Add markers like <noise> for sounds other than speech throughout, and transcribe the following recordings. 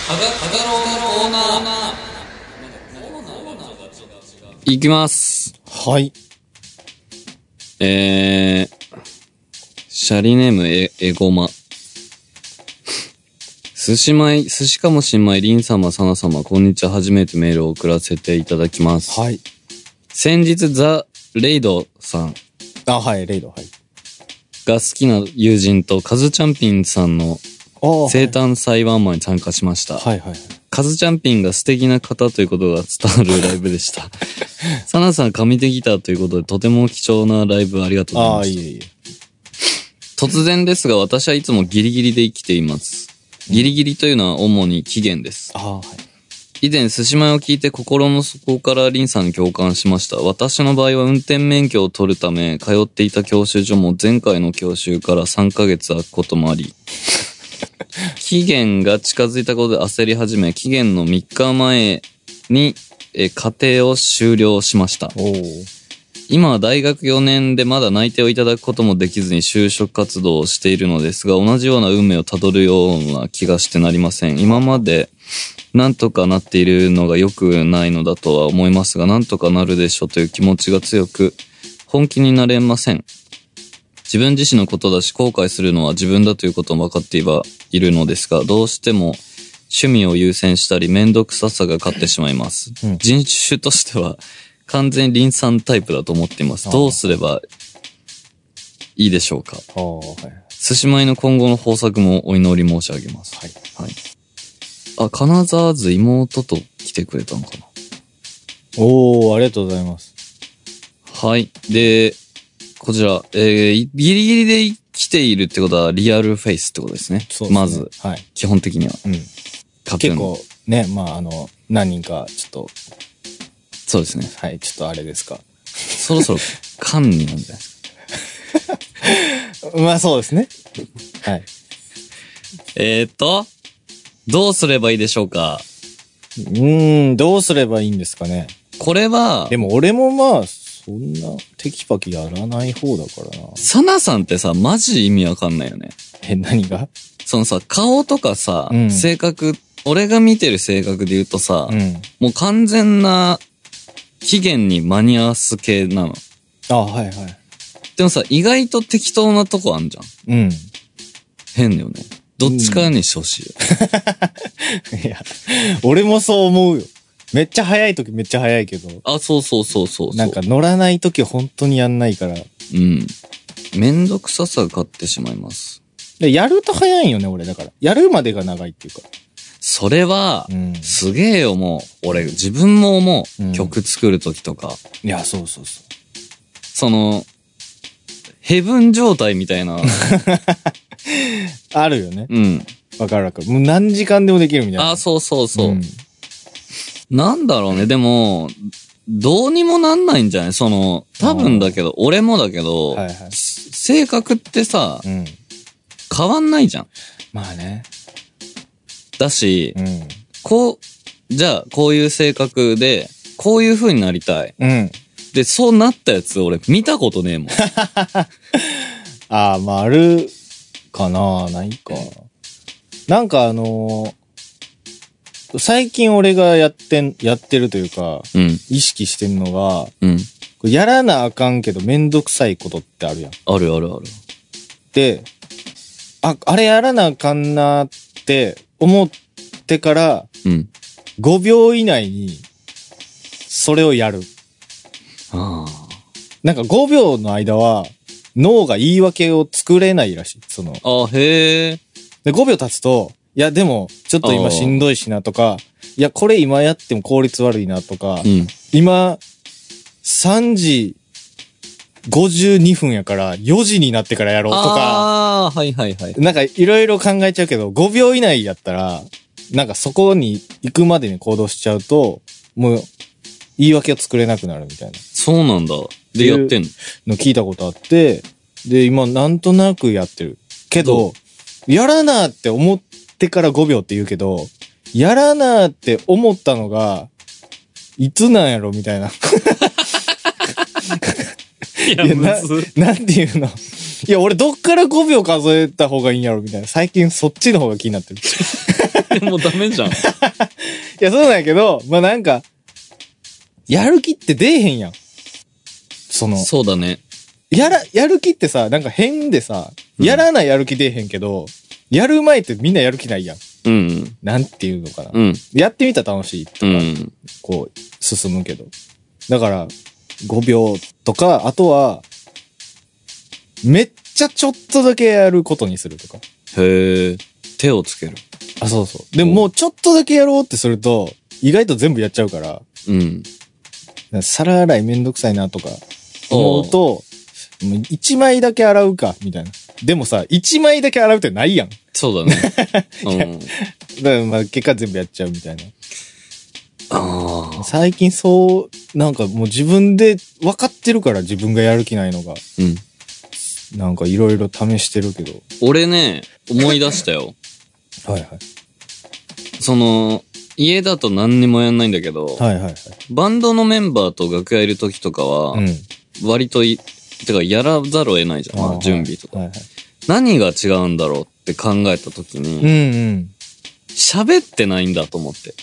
ろうコーナー。いきます。はい。えー、シャリネームえ、えごま。 <laughs> 寿司米、寿司かもしんまい、りん様、さな様、こんにちは。初めてメールを送らせていただきます。はい。先日、ザ・レイドさんあ、はい、レイド、はい。が好きな友人と、カズチャンピンさんのああ。生誕祭ワンマンに参加しました。はい、はい。カズチャンピンが素敵な方ということが伝わるライブでした。 <laughs> サナさん神でギターということでとても貴重なライブありがとうございあまあ、いしえいえ。た。突然ですが私はいつもギリギリで生きています。ギリギリというのは主に期限です。ああ、はい。以前、寿司前を聞いて心の底からリンさんに共感しました。私の場合は運転免許を取るため、通っていた教習所も前回の教習から3ヶ月空くこともあり、 <laughs> 期限が近づいたことで焦り始め、期限の3日前に、えー、家庭を終了しました。おお。今は大学4年でまだ内定をいただくこともできずに就職活動をしているのですが、同じような運命をたどるような気がしてなりません。今まで、なんとかなっているのが良くないのだとは思いますが、なんとかなるでしょうという気持ちが強く、本気になれません。自分自身のことだし、後悔するのは自分だということも分かっていはいるのですが、どうしても趣味を優先したり、めんどくささが勝ってしまいます。うん人種としては、完全リンさんタイプだと思っています。あーどうすればいいでしょうかああ、はい。寿司米の今後の方策もお祈り申し上げます。はい。はい。あ、金沢図妹と来てくれたのかなおお、ありがとうございます。はい。で、こちら、えーギリギリで生きているってことはリアルフェイスってことですね。そうですねまず、。はい。基本的には。うん。カプーン結。構、ね、まあ、あの、何人か、ちょっそうですね。と、はい、ちょっとあれですか。そろそろ、缶になるんじゃないですか。まあ、そうですね。はい。 <laughs> えーっと、どうすればいいでしょうかうーん、どうすればいいんですかね。これはで、も、俺もまあ、そんな、テキパキやらない方だからな。サナさんってさ、マジ意味わかんないよね。え、何がそのさ、顔とかさ、うん性格、俺が見てる性格で言うとさ、うん。もう完全な期限に間に合わす系なの。あ、はいはい。でもさ、意外と適当なとこあんじゃん。うん。い変だよね。どっちかにしてほしいよ。や、俺もそう思うよ。めっちゃ早い時めっちゃ早いけど、あ、そうそうそうそうそう。なんか乗らない時本当にやんないから。うん。めんどくささが勝ってしまいます。で、やると早いんよね、俺。だから。やるまでが長いっていうか。それは、うん。いすげえよ、もう。俺、自分も思う。うん曲作るときとか。や、そうそうそその、ヘブン状態みたい <laughs> な。う。あるよね。うん。わかるわかる。もう何時間でもできるみたいな。あ、そうそうそう。んなんだろうね、でも、どうにもなんないんじゃないその、多分だけど、俺もだけど、はいはいす性格ってさ、うん。変わんないじゃん。まあね。だし、うん。こう、じゃあ、こういう性格で、こういう風になりたい。うん。で、そうなったやつ、俺、見たことねえもん。 <laughs> ああ、まあ、あるかなないか。なんかあのー最近俺がやってん、やってるというか、うん、意識してんのが、うん。これやらなあかんけどめんどくさいことってあるやん。あるあるある。で、あ、あれやらなあかんなって思ってから、うん。 5秒以内に、それをやる。あーなんか5秒の間は、脳が言い訳を作れないらしい。その、あ、へえ。で、5秒経つと、いや、でも、ちょっとあ今ーしんどいしなとか、いや、これ今やっても効率悪いなとか、うん。今、3時52分やから、4時になってからやろうとか、ああー、はいはいはい。なんかいろいろ考えちゃうけど、5秒以内やったら、なんかそこに行くまでに行動しちゃうと、もう、言い訳を作れなくなるみたいなそうなんだ。で、やってんの。の聞いたことあって、で、今なんとなくやってる。けど、やらなって思ってから5秒って言うけど、やらなって思ったのが、いつなんやろみたいな。いやいやななんていうのいや、俺どっから5秒数えた方がいいんやろみたいな。最近そっちの方が気になってる。れ <laughs> もうダメじゃん。いや、そうなんやけど、まあなんか、やる気って出えへんやん。その、そうだね。やら、やる気ってさ、なんか変でさ、うんやらないやる気出えへんけど、やる前ってみんなやる気ないやん。うん。なんていうのかな。うん。やってみたら楽しい。うん。こう、進むけど。だから、5秒とか、あとは、めっちゃちょっとだけやることにするとか。へえ。手をつける。あ、そうそう。でももうちょっとだけやろうってすると、意外と全部やっちゃうから、うん。皿洗いめんどくさいなとか、思うと、もう1枚だけ洗うか、みたいな。でもさ、1枚だけ洗うってないやん。だそうだ <laughs> ね。うん。からまあ結果全部やっちゃうみたいな。ああ。最近そう、なんかもう自分で分かってるから自分がやる気ないのが、うん。なんかいろいろ試してるけど。俺ね、思い出したよ。はいはい。その、家だと何にもやんないんだけど、はいはいはい。バンドのメンバーと楽屋いる時とかは、うん。割とい、てかやらざるを得ないじゃん。まあ準備とか。はいはい。何が違うんだろうって考えた時うんに、うん。喋ってないんだと思って。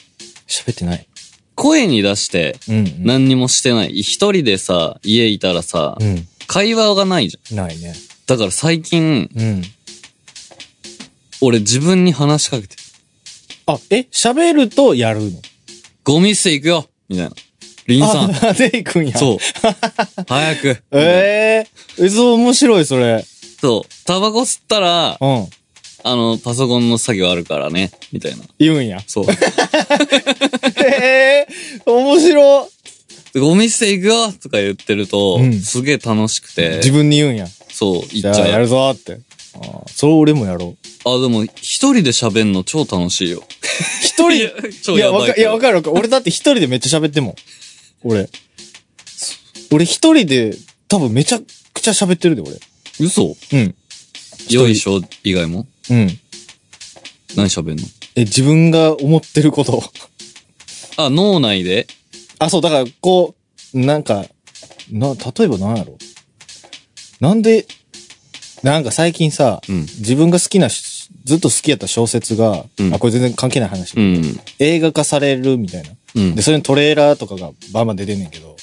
喋ってない。声に出してうん、うん。何にもしてない。一人でさ、家いたらさう、ん。会話がないじゃん。ないね。だから最近、うん。俺自分に話しかけてる、あ、え、喋るとやるのゴミ捨て行くよみたいな。リンさん。あ、 <laughs> でいくんや。そう。早く。 <laughs> えー、え、そう、面白い、それ。そう。タバコ吸ったら、うん。あの、パソコンの作業あるからね。みたいな。。言うんや <laughs> そう。えー、面白。でゴミ捨て行くよとか言ってると、うんすげえ楽しくて、自分に言うんや。そう、じ行ゃっちあ、やゃう。るぞーって。あーそれ俺もやろう。あ、でも、一人で喋んの超楽しいよ。一人、いやい超や、やわばいか、けいど。や、わかるわかる。俺だって一人でめっちゃ喋ってんもん。俺。俺一人で、多分めちゃくちゃ喋ってるで、俺。嘘うん。人よいしょ以外もうん。何喋んのえ、自分が思ってることを。あ、脳内で <laughs> あ、そう、だから、こう、なんか、な、例えばなんやろ。なんで、なんか最近さ、うん。自分が好きなし、ずっと好きやった小説が、うんあ、これ全然関係ない話、うん。映画化されるみたいな。うんで、。それのトレーラーとかがバンバン出てんねんけど、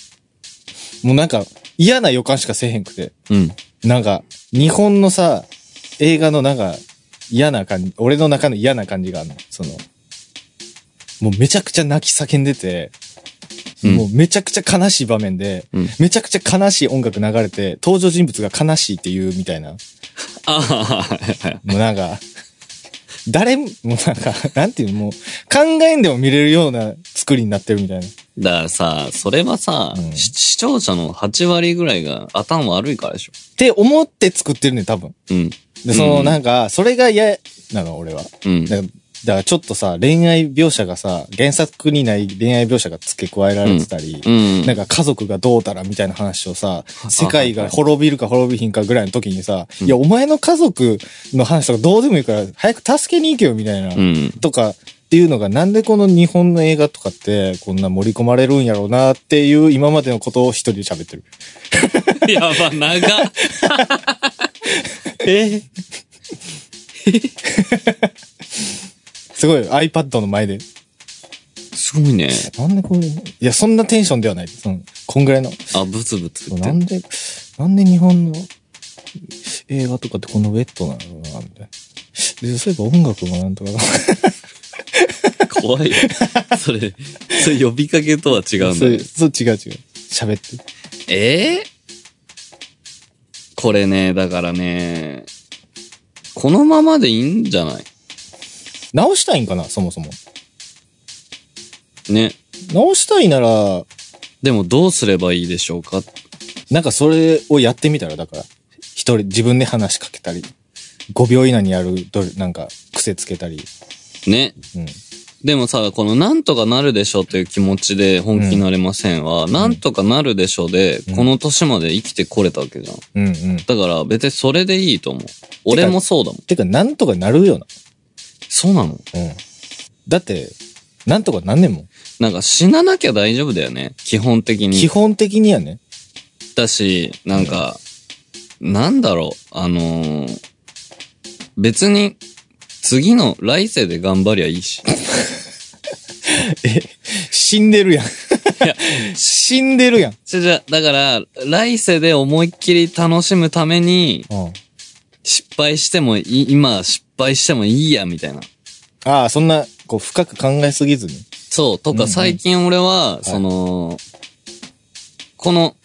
もうなんか嫌な予感しかせえへんくて、うん。なんか、日本のさ、映画のなんか、嫌な感じ、俺の中の嫌な感じがあるの。その、もうめちゃくちゃ泣き叫んでて、うんもうめちゃくちゃ悲しい場面で、うんめちゃくちゃ悲しい音楽流れて、登場人物が悲しいっていうみたいな。もああ、うなんか、誰も、もうなんか、なんていうの、もう、考えんでも見れるような作りになってるみたいな。だからさ、それはさ、うんし視聴者の8割ぐらいが頭悪いからでしょ。って思って作ってるねん、多分。うん。で、そうの、んなんか、それが嫌なの、俺は。うん。だだからちょっとさ、恋愛描写がさ、原作にない恋愛描写が付け加えられてたり、うん。なんか家族がどうたらみたいな話をさ、世界が滅びるか滅びひんかぐらいの時にさ、うんいや、お前の家族の話とかどうでもいいから、早く助けに行けよみたいな、うん。とかっていうのが、なんでこの日本の映画とかって、こんな盛り込まれるんやろうなっていう今までのことを一人で喋ってる。やば、長っ。 <laughs> えすごい iPad の前で。すごいね。なんでこういう、いや、そんなテンションではない。その、こんぐらいの。あ、ブツブツ言っなてんる。で、なんで日本の映画とかってこのウェットなのかな、みたいな。で、そういえば音楽もなんとか。怖いよ。それ、それ呼びかけとは違うんだそういよう、。そう、違う違う。喋って。ええこれね、だからね、このままでいいんじゃない直したいんかな、そもそも。ね。直したいなら、でもどうすればいいでしょうかなんかそれをやってみたら、だから、一人、自分で話しかけたり、5秒以内にやる、どれ、なんか、癖つけたり。ね。うん。でもさ、このなんとかなるでしょうという気持ちで本気になれませんは、なんとかなるでしょうで、うんこの年まで生きてこれたわけじゃん。うんうん。だから別にそれでいいと思う。俺もそうだもん。てか、なんとかなるよな。そうなのうん。だって、なんとかなんねんもん。なんか死ななきゃ大丈夫だよね。基本的基に。本的にはね。だし、なんか、なんだろう、あのー別に次の来世で頑張りゃいい <laughs> し。死んでるやん。死んでるやん。じゃじゃ、だから、来世で思いっきり楽しむために、うん。失敗してもいい、今失敗してもいいや、みたいな。ああ、そんな、こう、深く考えすぎずに。そう、とうんうかん最近俺は、その、この、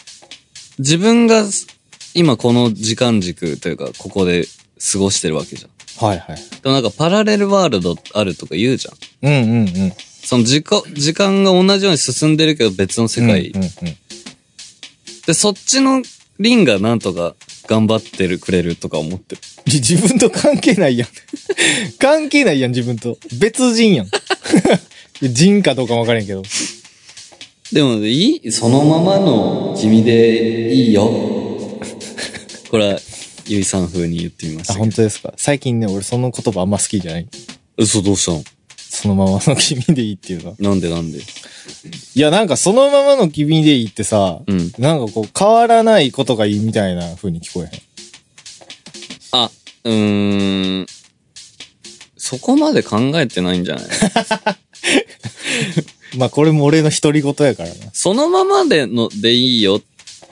自分がす今この時間軸というか、ここで過ごしてるわけじゃん。はいはい。でもなんかパラレルワールドあるとか言うじゃん。うんうんうん。その時間、時間が同じように進んでるけど別の世界。うんうんうん。で、そっちのリンがなんとか頑張ってるくれるとか思ってる。じ <laughs> 自分と関係ないやん。 <laughs> 関係ないやん、自分と。別人やん。 <laughs> 人かどうかわからんけど。でも、いいそのままの君でいいよ。これは、ゆいさん風に言ってみましたあ、け本当ですか。最近ね、俺その言葉あんま好きじゃない。ど。嘘どうしたのそのままの君でいいっていうか。なんでなんでいや、なんかそのままの君でいいってさ、うん。なんかこう、変わらないことがいいみたいな風に聞こえへあ、うーん。そこまで考えてないん <laughs> じゃないん。まあ、これも俺の独り言やからな。そのままでの、でいいよ。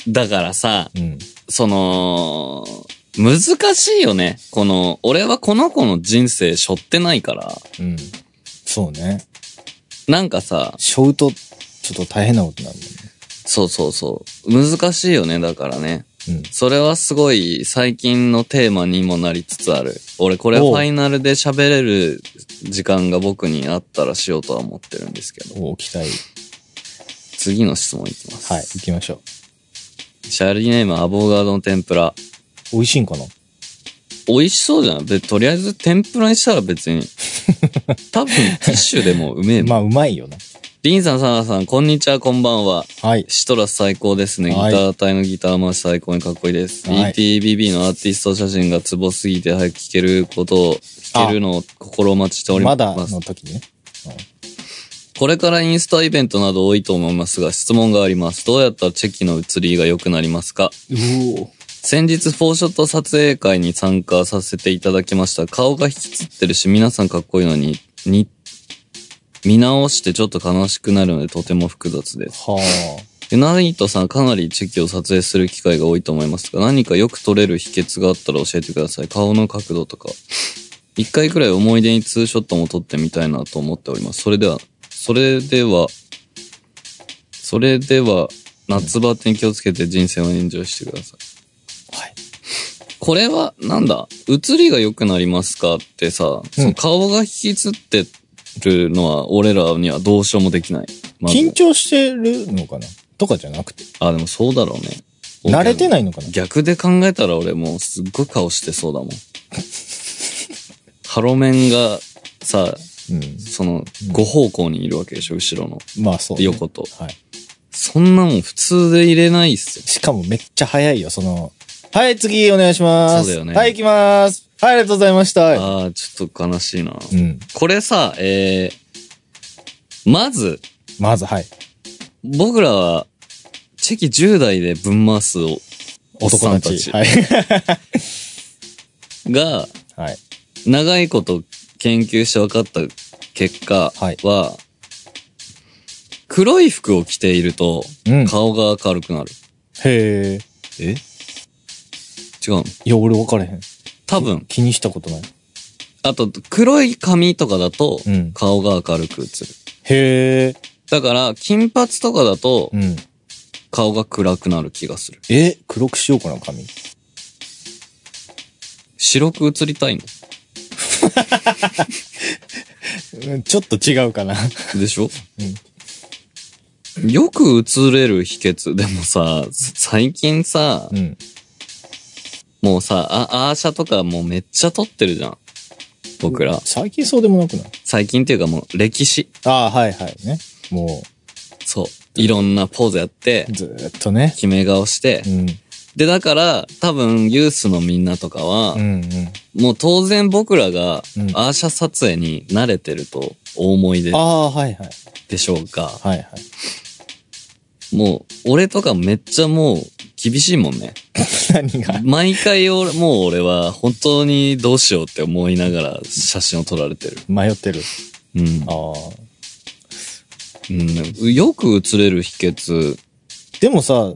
だからさ、うん。その、難しいよね。この、俺はこの子の人生背負ってないから、うん。そうね。なんかさ、ショウト、ちょっと大変なことになるもんそうそうそう。難しいよね、だからね。ね。それはすごい最近のテーマにもなりつつある。俺これフおうァイナルで喋れる時間が僕にあったらしようとは思ってるんですけど。うん。お、期待。次の質問いきます。はい、行きましょう。シャリネームアボガードの天ぷら。美味しいんかな美味しそうじゃん。で、とりあえず天ぷらにしたら別 <laughs> に。多分ティッシュでもうめえもん。まあ、うまいよな。リンさん、サナさん、こんにちは、こんばんは。はい。シトラス最高ですね。ギタはいー隊のギター回し最高にかっこいいです。はい ETBB のアーティスト写真がツボすぎて早く聴けることを、聴けるのを心待ちしておりま。ますだの時ね。これからインスタイベントなど多いと思いますが、質問があります。どうやったらチェキの写りが良くなりますかうお先日、フォーショット撮影会に参加させていただきました。顔が引きつってるし、皆さんかっこいいのに、に、見直してちょっと悲しくなるので、とても複雑です。はユナイトさんかなりチェキを撮影する機会が多いと思いますが、何かよく撮れる秘訣があったら教えてください。顔の角度とか。一回くらい思い出にツーショットも撮ってみたいなと思っております。それでは、それでは、それでは、夏バテに気をつけて人生をエンジョイしてください。あ。はい。これは、なんだ、映りが良くなりますかってさ、その顔が引きつってるのは、俺らにはどうしようもできない。まず緊張してるのかなとかじゃなくて。あ、でもそうだろうね。慣れていないのかな逆で考えたら俺もうすっごい顔してそうだもん。ハロメンがさ、うん。その、5方向にいるわけでしょ、後ろの。まあ、そう、ね。横と。はい。そんなもん普通で入れないっすよ。しかもめっちゃ早いよ、その。はい、次お願いします。そうだよねはい、行きます。はい、ありがとうございました。ああ、ちょっと悲しいな。うん。これさ、えー、まず、まず、はい。僕らは、チェキ10代でぶん回すを、おっ男さんたたち。ちはい。が、はい。長いこと研究して分かった結果はいは、黒い服を着ているとうん、顔が明るくなる。へえ。え違うのいや、俺分からへん。多分。気にしたことない。あと、黒い髪とかだとうん、顔が明るく映る。へえ。だから、金髪とかだとう、ん。顔が暗くなる気がする。え、黒くしようかな、髪。白く映りたいのうんちょっと違うかな。で <laughs> しょよく映れる秘訣。でもさ、最近さう、ん。もうさ、あアーシャとかもうめっちゃ撮ってるじゃん。僕ら。最近そうでもなくない最近っていうかもう歴史。ああ、はいはい。ね。もそう。いろんなポーズやってう、、ずーっとね。決め顔してう。ん。で、だから、多分、ユースのみんなとかはう、んうん。もう当然僕らがうん、アーシャ撮影に慣れてると、お思い出ああ、はいはい。でしょうか。はいはい。もう、俺とかめっちゃもう、厳しいもんね。 <laughs> 何が。毎回俺、もう俺は本当にどうしようって思いながら写真を撮られてる。迷ってる。うんあ。あ。うん、よく写れる秘訣。でもさ、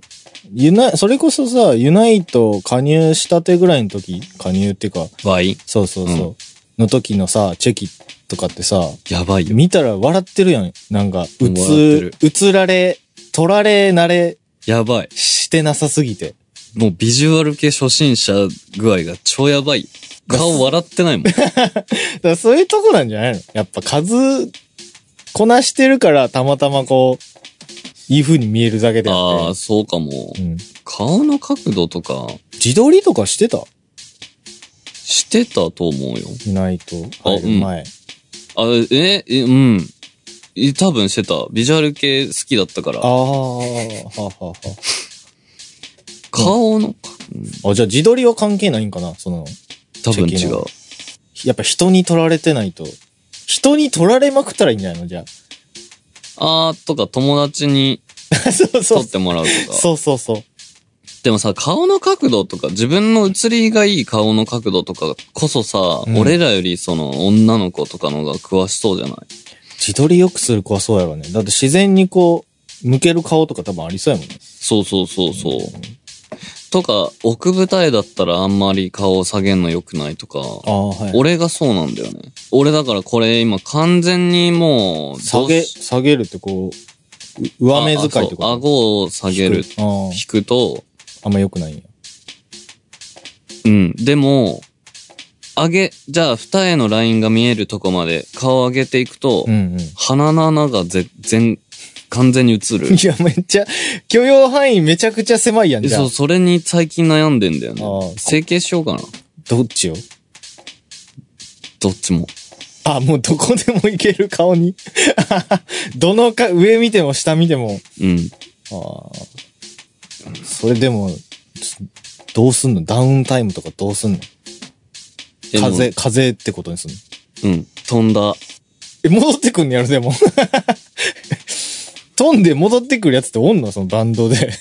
ユナ、それこそさ、ユナイト加入したてぐらいの時、加入っていうか、倍そうそうそう、の時のさ、チェキとかってさ、やばいよ。見たら笑ってるやん。なんか、う笑ってつる、うつられ、取られ慣れやばい。してなさすぎて。もうビジュアル系初心者具合が超やばい。顔笑って <laughs> ないもん。だからそういうとこなんじゃないのやっぱ数、こなしてるから、たまたまこう、いい風に見えるだけであああ、っそうかもて。。うん。顔の角度とか、自撮りとかしてたしてたと思うよ。ユナイト入る前。あ、え、えうん。え多分してた。ビジュアル系好きだったかあら。あ、ははは顔の、うんあ、じゃあ自撮りは関係ないんかなその、多分違チェキうの。やっぱ人に撮られてないと。人に撮られまくったらいいんじゃないのじゃあーとか友達にあ。 <laughs> そうそ撮うっ。てもらうとか。 <laughs> そうそうそう。でもさ、顔の角度とか、自分の写りがいい顔の角度とかこそさ、うん俺らよりその女の子とかの方が詳しそうじゃない自撮りよくする子はそうやろうね。だって自然にこう、向ける顔とか多分ありそうやもんね。そうそうそうそう。とか、奥舞台だったらあんまり顔を下げんの良くないとか、ああ、はい。俺がそうなんだよね。俺だからこれ今完全にもう、下げ、下げるってこう、う上目遣いってことあそう顎を下げる。ああ引くと、あんま良くないんや。うん。でも、上げ、じゃあ二重のラインが見えるとこまで顔上げていくと、うんうん。鼻の穴がぜ全、完全に映る。 <laughs> いや、めっちゃ、許容範囲めちゃくちゃ狭いやん、えじゃあそう、それに最近悩んでんだよあねあ。整形しようかな。どっちよどっちも。あ、もうどこでもいける顔に。 <laughs> どのか、上見ても下見ても。うん。あーそれでも、つどうすんのダウンタイムとかどうすんのえ風、。風ってことにすんのでもうん。飛んだ。え、戻ってくんのやろ、でも。 <laughs> 飛んで戻ってくるやつっておんのそのバンドで。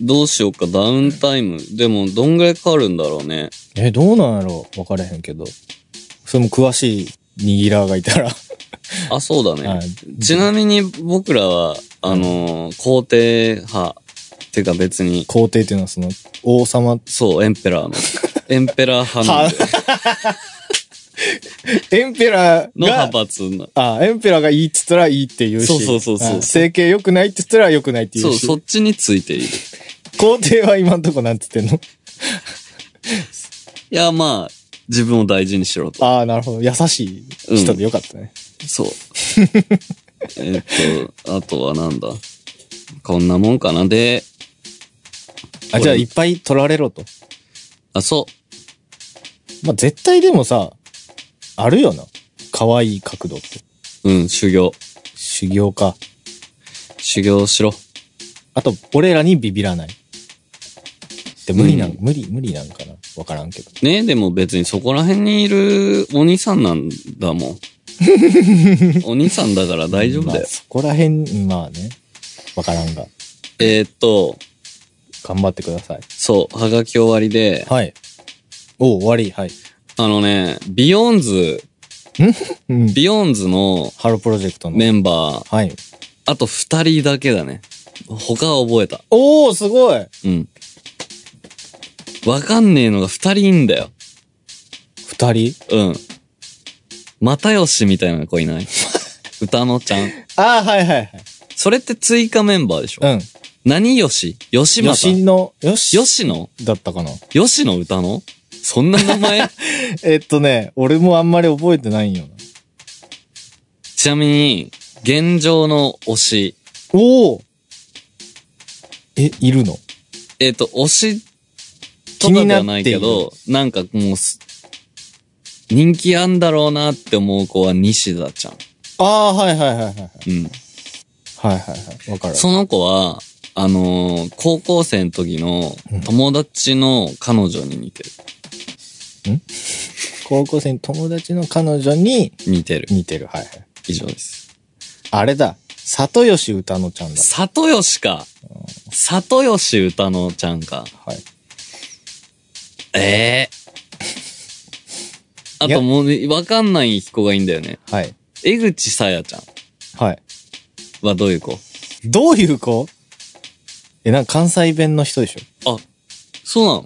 どうしようか、ダウンタイム。でも、どんぐらいかかるんだろうね。え、どうなんやろ分からへんけど。それも詳しいニーラーがいたら。 <laughs> あ、そうだはね。いちなみに僕らは、あのー皇帝派。てか別に、皇帝っていうのはその、王様、そう、エンペラー <laughs> の。エンペラー派なんでエンペラーのが派、閥な。あ、エンペラーがいいっつったらいいって言うし。そうそうそうそうあ整形良くないって言ったら良くないって言そうう、し。そっちについている。皇帝は今んとこなんつってんのいや、まあ、自分を大事にしろと。ああ、なるほど。優しい人でよかったね。 <laughs> そう。えっと、あとはなんだ。こんなもんかな。で、あ、じゃあいっぱい取られろと。あ、そまあ、絶対でもさ、あるよな。可愛い角度って。う。うん、修行。修行か。修行しろ。あと、俺らにビビらない。で、無理な、うん無理、無理なんかな。わからんけど。ねえ、でも別にそこら辺にいるお兄さんなんだ <laughs> もん。お兄さんだから大丈夫だまよあ、。そこら辺、まあね。わからんが。えーっと、頑張ってください。そう、はがき終わりで、はい。おう終わり。はい。あのね、ビヨーンズ、うん。ビヨーンズのハロプロジェクトの。メンバー、はい。あと二人だけだね。他は覚えた。おおすごいうん。わかんねえのが二人いんだよ。二人うん。又吉みたいな子いない <laughs> 歌のちゃん。ああ、はいはいはい。それって追加メンバーでしょ、うん。何吉吉よ又しの、よし、吉野だったかな。吉野歌のそんな名前 <laughs> えっとね、俺もあんまり覚えてないんよな。ちなみに、現状の推し。おおえ、いるのえっ、と、推しとかではないけ気になど、なんかもうす、人気あんだろうなって思う子は西田ちゃん。ああ、はいはいはいはいはい。うん。はいはいはい。わかる。その子は、あのー高校生の時のうん友達の彼女に似てる。高校生の友達の彼女に似てる。似てる。はいはい。以上です。あれだ。里吉歌乃ちゃんだ。里吉か。里吉歌乃ちゃんか。はい。ええあいやともうね、わかんない子がいいんだよね。はい。江口さやちゃんはい。はどういう子どういう子え、なんか関西弁の人でしあ、ょそうなの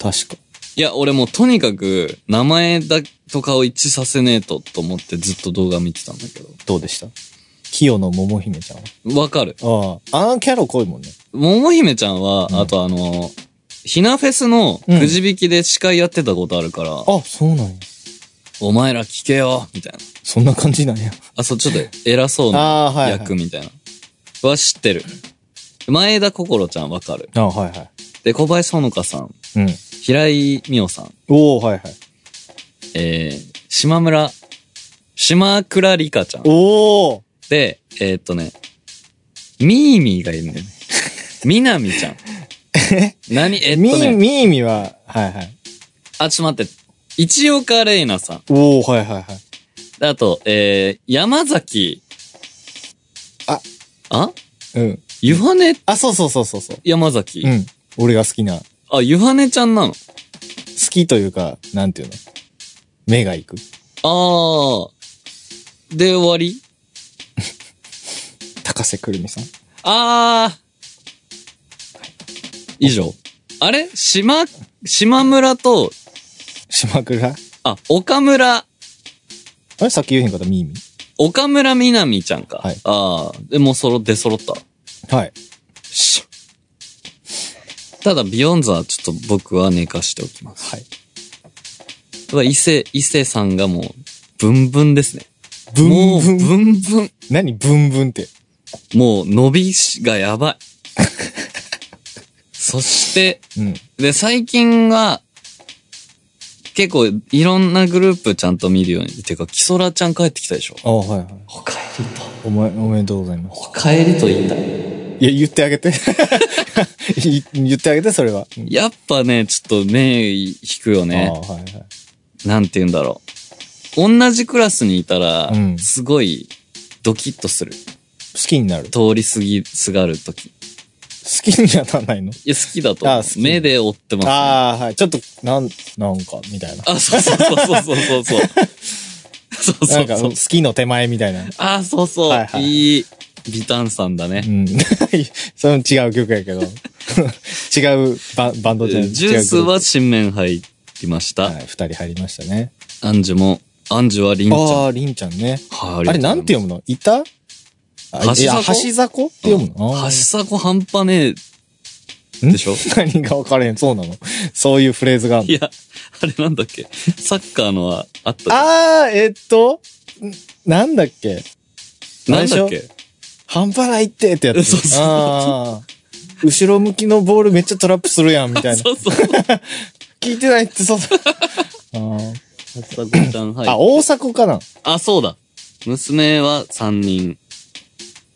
確か。いや、俺もうとにかく、名前だとかを一致させねえとと思ってずっと動画見てたんだけどうでした清野桃姫ちゃんは。ど。わかる。ああ、あのキャラ濃いもんね。桃姫ちゃんは、うんあとあの、ひなフェスのくじ引きで司会やってたことあるから、あ、そうなんや。お前ら聞けよみたいな。そんな感じなんや。あ、そう、ちょっと偉そうなああ、はい、はい。役みたいな。は知ってる。前田心ちゃんわかる。あはいはで、小林ほのかさん、い。うん。平井美桜さん、おおはいはい。えー、島村、島倉里香ちゃん。おおで、えーっとね、ミーミーがいるんだ <laughs> よね。みなみちゃん。何えっとみー、ね、みーみは、はいはい。あ、ちょっと待って。一岡玲奈さん。おおはいはいはい。であと、えー、山崎。あ。あうん。ゆはねあ、そうそうそうそうそう。山崎。うん。俺が好きな、好あ、ゆはねちゃんなの。きというか、なんていうの目がいく。あー。で、終わり高瀬くるみさん。あー。以上。あれ島、島村と、島倉あ、岡村、あれさっき言えへんかったミーミー岡村みなみちゃんか。はいあー。でもうそろ、出揃った。はい。しょただ、ビヨンズはちょっと僕は寝かしておきます。はい。ただ、伊勢、伊勢さんがもう、ブンブンですね。ブもう、ンブン。ブンブン。何ブンブンって。もう、伸びしがやばい。そして、うん。で、最近は、結構、いろんなグループちゃんと見るように。てか、キソラちゃん帰ってきたでしょあはいはおい。帰りと。お前、おめでとうございます。お帰りと言った。いや、言ってあ <laughs> げて。い言ってあげて、それは。うんやっぱね、ちょっと目引くよあね。はいはい。なんて言うんだろう。同じクラスにいたらう、んすごい、ドキッとする。好きになる。好通り過ぎ、すがるとき。いきにはならないのや、好きだと思あう好。き目で追ってます、ね。ああ、はい。ちょっと、なん、なんか、みたいな。あ、そうそうそうそう <laughs> そうそう。そうなそんか、うそう。好きの手前みたいな。あ、そうそう。はいいはいい、ビタンさんだねう。ん。 <laughs> それも違う曲やけど。 <laughs> 違うババンドジで。違うュースは新面入りました。はい、二人入りましたね。アンジュも、アンジュはリンちゃん。ああ、りんちゃんね。はいあれ、なんていう読むのいた橋あい迫や、橋坂って読むの橋あー迫半端ねえ。んでしょ何が分かれへん。そうなのそういうフレーズがあるのいや、あれなんだっけ。サッカーのはあったじゃんあー、えっと、んなんだっけなんだっけ半端ないってってやつ。そうそうそうあー後ろ向きのボールめっちゃトラップするやん、みたいな。そうそう。橋聞いてない <laughs> って、そうそう。あー迫ちゃん、あ、はい。大迫かなあ、そうだ。娘は3人、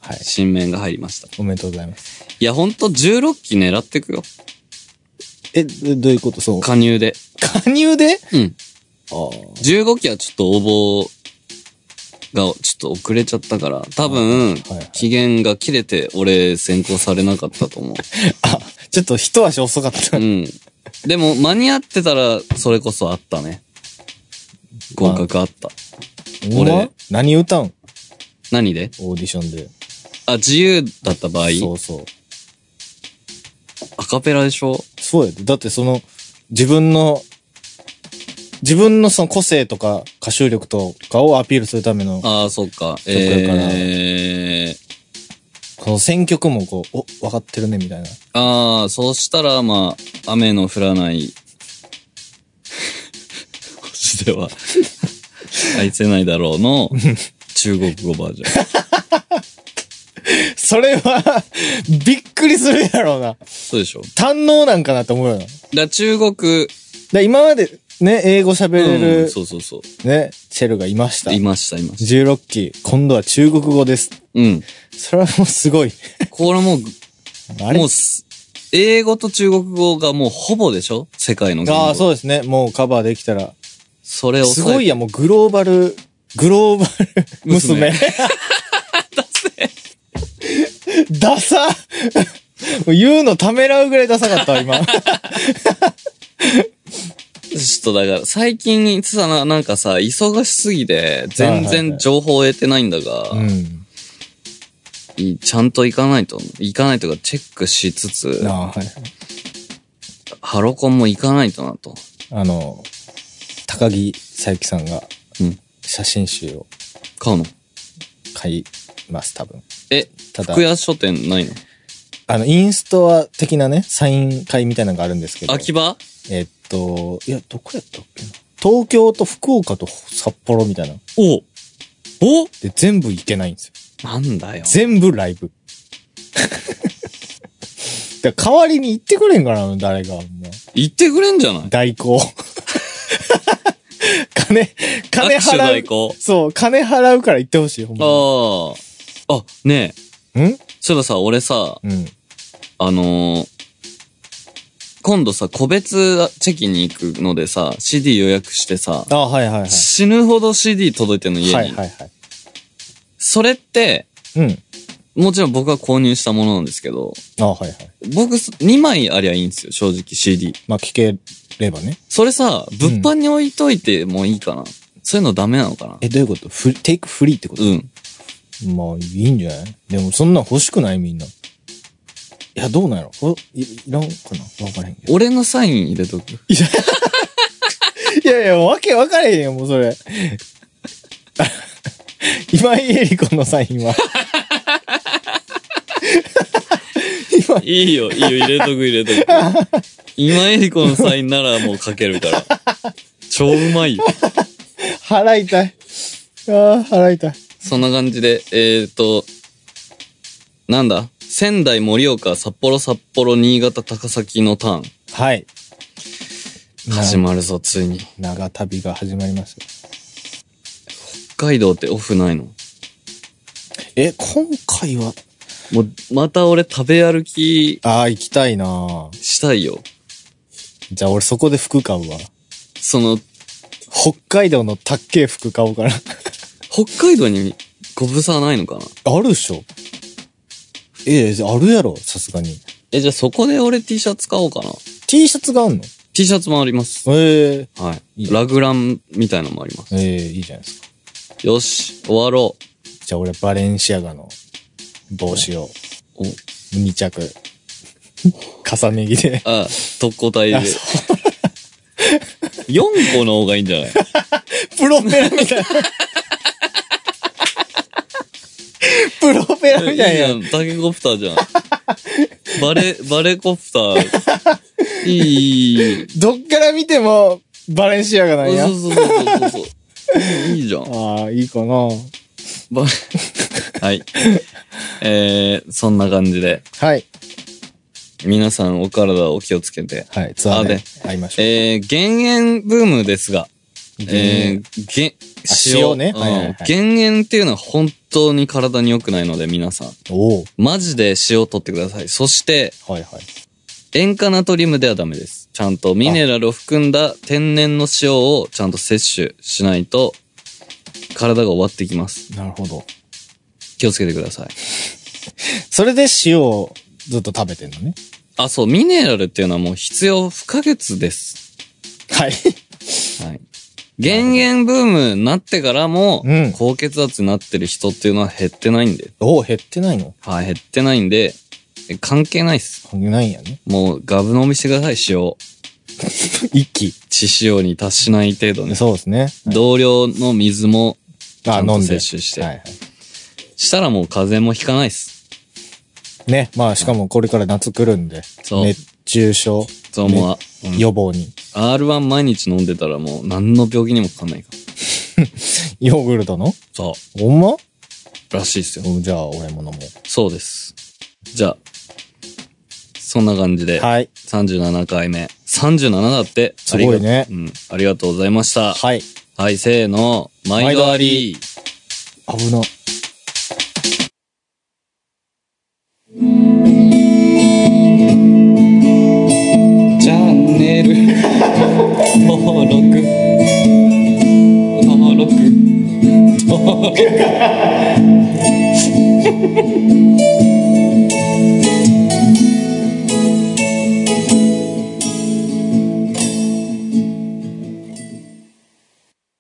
はい。新面が入りました。おめでとうございます。いや、ほんと16期狙ってくよ。え、どどういうことそう。加入で。加入でうん。あー15期はちょっと応募がちょっと遅れちゃったから、多分いはい、期限が切れて俺選考されなかったと <laughs> 思う。あ、ちょっと一足遅かったう。ん。でも間に合ってたらそれこそあったね。合格あった。ほんま俺何歌うん何でオーディションで。あ、自由だった場合、そうそう。アカペラでしょそうやで。だってその、自分の、自分のその個性とか歌唱力とかをアピールするための、ああ、そっか。やからえー、この選曲もこう、お、わかってるねみたいな。ああ、そうしたら、まあ、雨の降らない、星で <laughs> は、愛せないだろうの、中国語バージョン。それは、 <laughs> びっくりするやろうな。そうでしょだか堪能なんかなって思うよな。ら中国、で今までね、英語喋れうるん、、そうそうそね、チェルがいましたう。い。ました、いまし16期、今度は中国語です。た。うん。それはもうすごい。これもう、あれもうす、英語と中国語がもうほぼでしょ世界の言語。ああ、そうですね。もうカバーできたら。それをすごいやん、もうグローバル、グローバル娘。ダサ言うのためらうぐらいダサかったわ、今。ちょっとだから、最近さ、ななんかさ、忙しすぎて、全はいはいは然い情報を得てないんだが、うん。いちゃんと行かないと、行かないとかチェックしつつ、なあ、はい。ハロコンも行かないとなと。あの、高木さゆきさんがうん。写真集を買うの。買います、多分。え、ただ福、屋書店ないのあの、インストア的なね、サイン会みたいなのがあるんですけど。秋葉えっと、いや、どこやったっけな。東京と福岡と札幌みたいな。おおで、全部行けないんですよ。なんだよ。全部ライブ。 <laughs> だから代わりに行ってくれんかな、誰が。もう行ってくれんじゃない代行。 <laughs> 金、金握手払代う。行。そう、金払うから行ってほしい、ほんまああ。あ、ねえ。に。んそういえばさ、俺さ、うん。あのー今度さ、個別チェキに行くのでさ、CD 予約してさ、あ、はいはいはい。死ぬほど CD 届いてんの家に。はいはいはい。それって、うん。もちろん僕は購入したものなんですけど、あ、はいはい。僕2枚ありゃいいんですよ、正直 CD。まあ、聞ければね。それさ、物販に置いといてもいいかな。そういうのダメなのかなえ、どういうことフリテイクフリーってことうん。まあ、いいんじゃないでも、そんなん欲しくないみんな。いや、どうなんやろほいいらんかなわからへんけど。俺のサイン入れとく。いやいや、わけわからへんよ、もうそれ。 <laughs> 今井絵理子のサインは。 <laughs> 今、いいよ、いいよ、入れとく入れとく。 <laughs> 今エリコのサインならもう書けるから。超うまいよ。払いたい。ああ、払いたい。そんな感じで、えーと、なんだ仙台、盛岡、札幌、札幌、新潟、高崎のターン。はい。始まるぞ、ついに。な長旅が始まりますよ。北海道ってオフないのえ、今回は、もう、また俺食べ歩きああ、行きたいなぁしたいよ。じゃあ俺そこで服買うわ。その、北海道のたっけえ服買お <laughs> うかな。北海道にごぶさないのかなあるでしょええあるやろ、さすがに。え、じゃあそこで俺 T シャツ買おうかな。 T シャツがあんの T シャツもあります。ええはいいい。ねラグランみたいなのもあります。ええいいじゃないですか。よし、終わろじゃあ俺バレンシアガの帽子をう。お2着、重ね着で。 <laughs> あ、特攻隊で。あ4個の方がいいんじゃないプロペラみたいな。 <laughs> プロペラみたいな。いいじゃん。タケコプターじゃん。バレ、バレコプター。いい。どっから見てもバレンシアガなんやそう。そうそうそうそう。いいじゃん。ああ、いいかなばはい。えー、そんな感じで、はい。皆さんお体お気をつけて。はい、ツアーで会いましょう。えー、減塩ブームですが、ええー、減、あ塩ねうんはいはいはい減塩っていうのは本当に体に良くないので、皆さん。おおマジで塩を取ってください。そして、はいはい。塩化ナトリムではダメです。ちゃんとミネラルを含んだ天然の塩をちゃんと摂取しないと、体が終わってきます。なるほど。気をつけてください。それで塩をずっと食べてんのね。あ、そう、ミネラルっていうのはもう必要不可欠です。はい。はい。減塩ブームになってからも、うん高血圧になってる人っていうのは減ってないんで。 <laughs> おお減ってないのはい、減ってないんで、え関係ないっす。関係ないんやね。もう、ガブ飲みしてください、塩。一気。致塩に達しない程度ね。そうですね。同量の水も、ちあゃん飲とんで。摂取して。はいはい。したらもう風邪もひかないっす。ね。まあ、しかもこれから夏来るんで。そう熱中症そう、もう、うん予防に。 R1 毎日飲んでたらもう何の病気にもかかんないから。ヨーグルトのそほんまう。らしいっすよ。うんじゃあ、俺も飲もう。そうです。じゃあ、そんな感じで、はい。 37回目。37だって、すごいありがねうん。ありがとうございました。ははい。い、せーの、毎度あり。危な。チャンネル登録登録登録